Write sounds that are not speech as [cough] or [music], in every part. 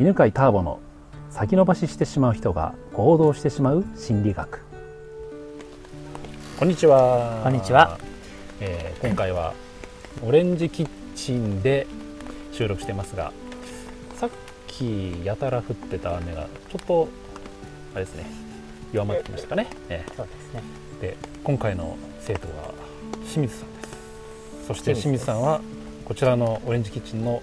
犬飼ターボの先延ばししてしまう人が行動してしまう心理学こんにちはこんにちは、えー今回はオレンジキッチンで収録してますがさっきやたら降ってた雨がちょっとあれですね弱まってきましたかね、えそうですね。ーで今回の生徒は清水さんですそして清水清水ですさんはこちらのオレンジキッチンの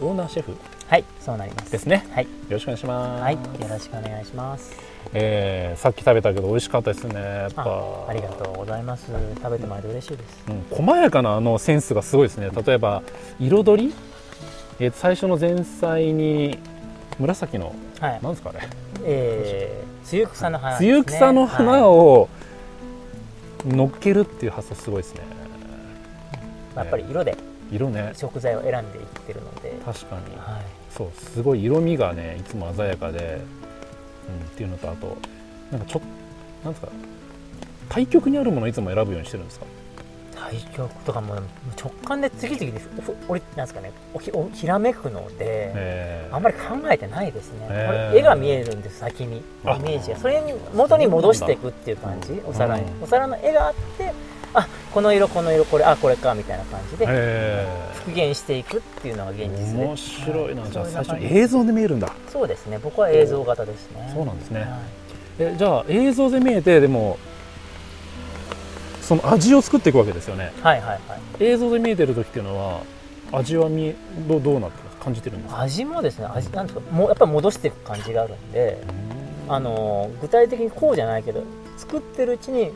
オーナーシェフはい、そうなります。ですねはい、よろしくお願いします。はい、よろしくお願いします。えーさっき食べたけど美味しかったですね。やっあぱ、ありがとうございます。食べてもらえて嬉しいです。うん、細やかなあのセンスがすごいですね。例えば彩り、えー最初の前菜に紫のはいなん、ですかね、えー、梅雨草の花、ね。梅雨草の花はい、を乗っけるっていう発想すごいですね。やっぱり色で色ね、食材を選んでいってるので。確かに。はい、そうすごい色味がねいつも鮮やかで、うん、っていうのとあとなんかちょっなんですか対極にあるものをいつも選ぶようにしてるんですか対局とかも直感で次々です。お俺なんですかね、おひおひらめくので。えーあんまり考えてないですね、えーこれ絵が見えるんです先にイあメージがそれに元に戻していくっていう感じうんお皿に、うんお皿の絵があってあこの色この色これあこれかみたいな感じでえ復元していくっていうのが現実ー、で面白いな、はじゃあそう最う初中にに映像で見えるんだそうですね僕は映像型ですねそうなんですねはいえじゃあ映像で見えてでもその味を作っていくわけですよねはいはいはい映像で見えてる時っていうのは味は見えどうどうなってます感じてるんですか味もですね味なんですかもうやっぱり戻していく感じがあるんであのー具体的にこうじゃないけど作ってるうちに、ん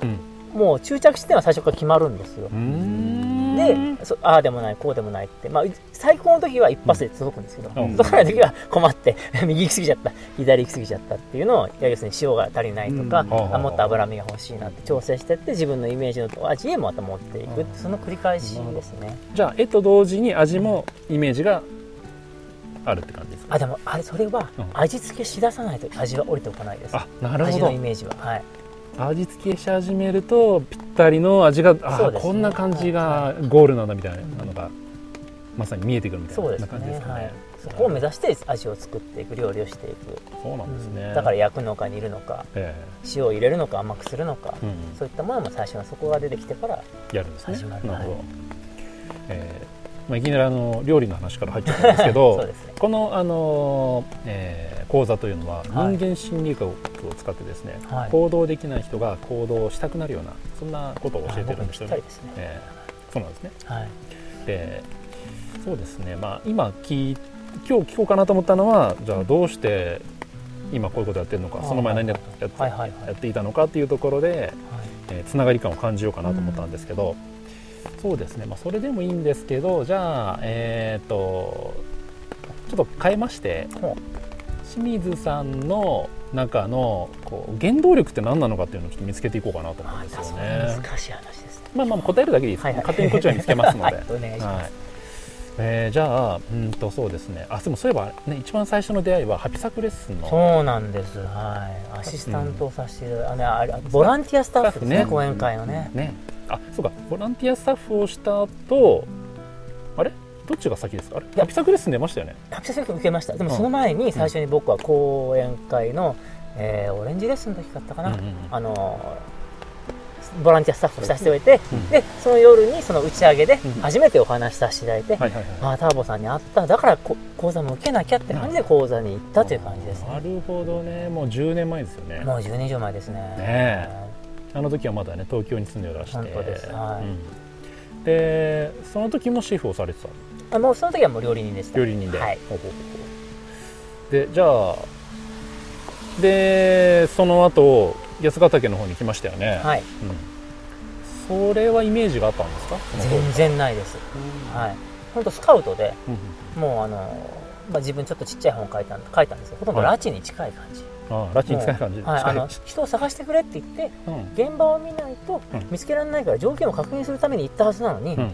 もう執着地点は最初から決まるんですよ、うんでそああでもないこうでもないって、まあ、い最高の時は一発で届くんですけど、うん届かない時は困って [laughs] 右行き過ぎちゃった左行き過ぎちゃったっていうのをいや要するに塩が足りないとか、うんあああもっと脂身が欲しいなって調整してって自分のイメージの味へまた持っていくってその繰り返しですねじゃあ絵と同時に味もイメージがあるって感じですかあでもあれそれはうん味付けしださないと味は降りてこないですあなるほ味のどイメージははい味付けし始めるとぴったりの味がそあ、うですねこんな感じがゴールなんだみたいなのがまさに見えてくるみたいなそうですな感じねですかね、はい、そこを目指して味を作っていく料理をしていく、そうなんですね、うんだから焼くのか煮るのかえ塩を入れるのか甘くするのかえうんそういったものも最初のそこが出てきてからやるんですね始まるなるほど、ええまあ、いきなりあの料理の話から入っちゃったんですけど [laughs] そうですねこの、あのえー講座というのははい人間心理学を使ってですね、はい行動できない人が行動したくなるようなそんなことを教えてるんですよあ僕にぴったねり。ですね、えーそうなんですねはいでそうですね、まあ、今聞い今日聞こうかなと思ったのはじゃあどうして今こういうことやってるのかあーその前何やっやっはいはいはいやっていたのかっていうところで、えーつながり感を感じようかなと思ったんですけど、そうですね、まあ、それでもいいんですけどじゃあえっ、とちょっと変えましてほ清水さんの中のこう原動力って何なのかっていうのをちょっと見つけていこうかなと思うんまですたよそのね。難しい話ですねまあまあ答えるだけでいいです、勝手にこっちは見つけますのではい、お願いします、はいえーじゃあうんとそうですねあでもそういえば、ね、一番最初の出会いはハピサクレッスンのそうなんですはいアシスタントをさせていただいて、あのあれボランティアスタッフですねスタッフね講演会のね、ねあそうかボランティアスタッフをした後あれどっちが先ですかあれやハピサクレッスン出ましたよね学者選挙受けましたでもうんその前に最初に僕は講演会の、えーオレンジレッスンの時だったかな、うんうんうんあのーボランティアスタッフをさせておいて、うんでその夜にその打ち上げでうん初めてお話しさせていただいて、はいはいはいああターボさんに会っただからこ講座も受けなきゃって感じで講座に行ったという感じですなね、るほどねもう10年前ですよねもう10年以上前ですねねあの時はまだね東京に住んでいらして本当ですはいうんでその時もシェフをされてたあもうその時はもう料理人でした料理人で、はい、ほうほうほうでじゃあでその後安ヶ岳の方に来ましたよね、はい、うん、それはイメージがあったんですかその頃全然ないです、はい本当スカウトでうんもうあのー、まあ、自分ちょっとちっちゃい本書いたん書いたんですよほとんどはい拉致に近い感じ、ああラチに近い感じもうはい、近あいの人を探してくれって言ってうん現場を見ないとうん見つけられないから条件を確認するために行ったはずなのに、うん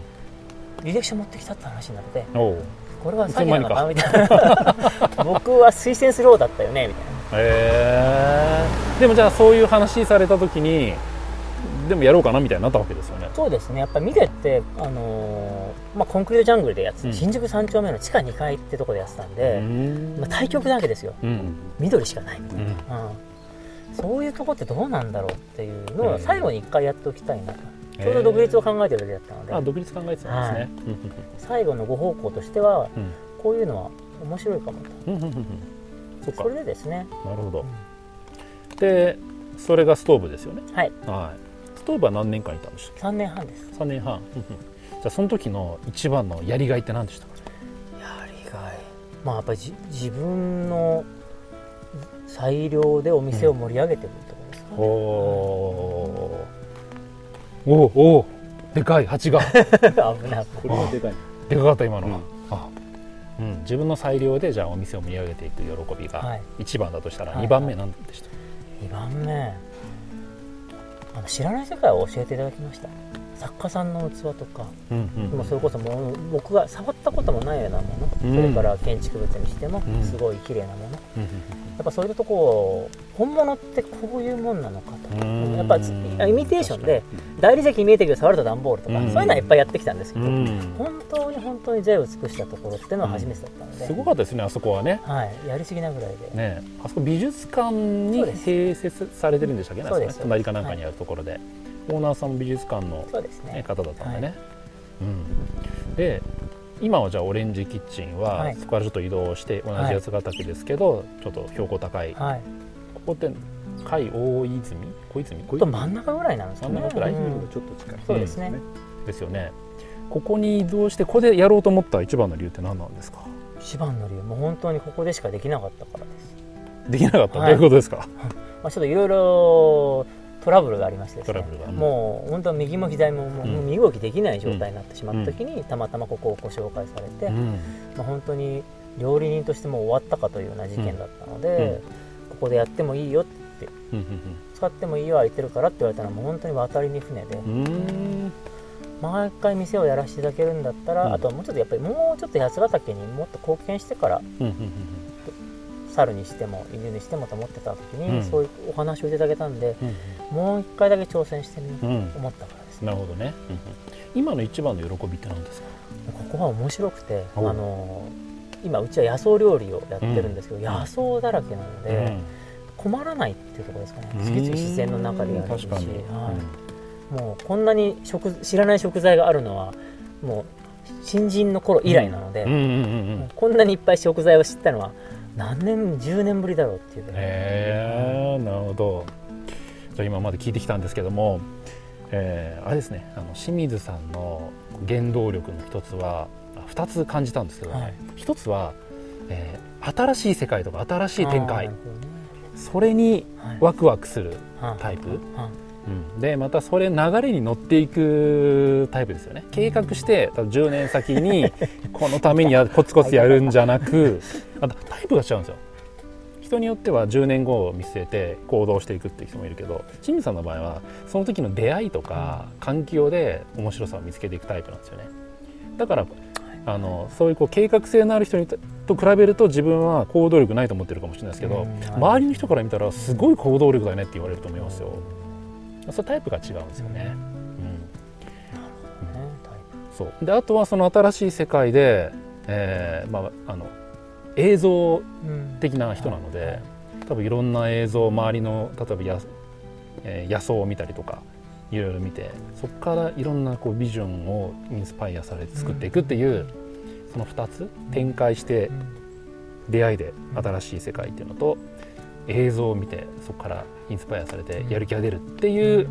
履歴書持ってきたって話になっておうこれは詐欺なのかみたいな僕は推薦する方だったよねみたいなへえでもじゃあそういう話された時にでもやろうかなみたいになったわけですよねそうですねやっぱり見てって、あのーまあ、コンクリートジャングルでやってた、うん新宿3丁目の地下2階ってとこでやってたんうで、んまあ、対局なわけですようん緑しかないみたういんな、うん、そういうとこってどうなんだろうっていうのうをん最後に一回やっておきたいなえと、ーちょうど独立を考えてる時だったので、あ独立考えてたんですね最後のご方向としてはうんうんこういうのは面白いかもうとんうんうんうんそっかそれでですねなるほどでそれがストーブですよねはいはいストーブは何年間いたんでしたっ3年半ですけ3年半うんうんじゃあその時の一番のやりがいって何でしたかやりがいまあやっぱりじ自分の裁量でお店を盛り上げてるところですかね、おおーおーおーでかい [laughs] 蜂が [laughs] 危ないこれはでかいでかかった今のが、うんあうん、自分の裁量でじゃあお店を盛り上げていく喜びはがい一番だとしたらはい二番目なんでした、 2番目あの知らない世界を教えていただきました作家さんの器とかうんもうそれこそもう僕が触ったこともないようなもの、うんそれから建築物にしてもうんすごい綺麗なもの、やうんっぱそういうとこを本物ってこういうもんなのかとうかんやっぱつイミテーションで確か大理石見えてるけど触ると段ボールとか、うんそういうのはいっぱいやってきたんですけうど、ん本当に本当に贅を尽くしたところっていうのは初めてだったので、すごかったですねあそこはねはい、やりすぎなぐらいで、ねあそこ美術館にそうです併設されてるんでしたっけねそうですあそこね隣かなんかにあるところで、オーナーさんも美術館の、そうですねね、方だったんでね、うん、で今はじゃあオレンジキッチンは、はいそこからちょっと移動して同じ八ヶ岳ですけど、ちょっと標高高い、はい、ここって甲斐大泉小泉ちょっと真ん中ぐらいなんですかね真ん中ぐらいにうんちょっと近いそうですねですよねここに移動してここでやろうと思った一番の理由って何なんですか一番の理由もう本当にここでしかできなかったからです、できなかった、はどいういうことですかまあ、ちょっといろいろトラブルがありましてですトラねブルが、もう本当は右も左ももううん身動きできない状態になってしまった時に、たまたまここをご紹介されて、うんまあ、本当に料理人としてもう終わったかというような事件だったので、ここでやってもいいようん使ってもいいよ空いてるからって言われたらもう本当に渡りに船で、うんうんうん毎回店をやらせていただけるんだったら、うんあとはもうちょっとやっぱりもうちょっと八ヶ岳にもっと貢献してからうんうんうん猿にしても犬にしてもと思ってた時に、うんそういうお話をいただけたんでうんうんもう一回だけ挑戦してみよううとん思ったからですね、なるほどね、うんうん今の一番の喜びって何ですかここは面白くてあおの今うちは野草料理をやってるんですけど、ん野草だらけなので、困らないっていうところですかね次々自然の中でやるし、うん確かに、はいもうこんなに食知らない食材があるのはもう新人の頃以来なので、うんうんうんうんうんこんなにいっぱい食材を知ったのは何年10年ぶりだろうっていうぐらい、えー、なるほどじゃあ今まで聞いてきたんですけども、えーあれですねあの清水さんの原動力の一つはあ二つ感じたんですけどね、はい一つは、えー新しい世界とか新しい展開あーなるほどねそれにはいワクワクするはいタイプ、はいうんでまたそれ流れに乗っていくタイプですよね計画して多分10年先に [laughs] このためにやコツコツやるんじゃなくあとタイプが違うんですよ人によっては10年後を見据えて行動していくっていう人もいるけど清水さんの場合はその時の出会いとか環境で面白さを見つけていくタイプなんですよねだからあのそういうこう計画性のある人にとと比べると自分は行動力ないと思ってるかもしれないですけどうん周りの人から見たらすごい行動力だねって言われると思いますよ。それタイプが違うんですよね。うん、ねタイそうであとはその新しい世界で、えーまあ、あの映像プうん的な人なので、はい多分いろんな映像周りの例えばや、えー野草を見たりとかいろいろ見てそこからいろんなこうビジョンをインスパイアされて作っていくっていう、その2つ展開してうん出会いで新しい世界っていうのと映像を見てそこからインスパイアされてやる気が出るっていう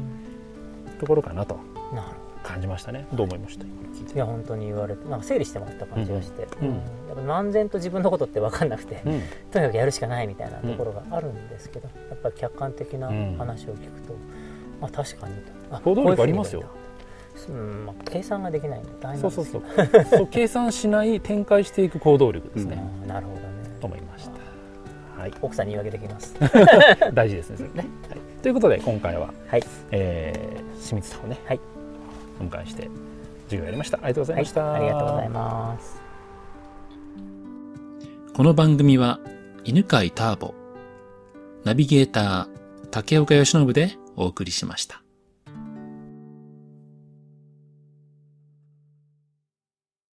ところかなとなるほ感じましたね。どう思いました今の聞いどていや本当に言われてなんか整理してもらった感じがして、うんうんやっぱ漫然と自分のことって分かんなくて、うんとにかくやるしかないみたいなところがあるんですけど、やっぱり客観的なうん話を聞くと、まあ確かにとあ行動力こうありいうふうにますようん、まあ、計算ができないんで大そ変なんうですそうよそう。そう計算しない展開していく行動力ですね。あーなるほどねと思いました。はい、奥さんに言い訳で [laughs] きます大事ですね。それね。はい、ということで今回は、はいえー、清水さんをね、はいお迎えして授業やりました。ありがとうございました。はい、ありがとうございますこの番組は犬飼ターボ、ナビゲーター竹岡由伸でお送りしました。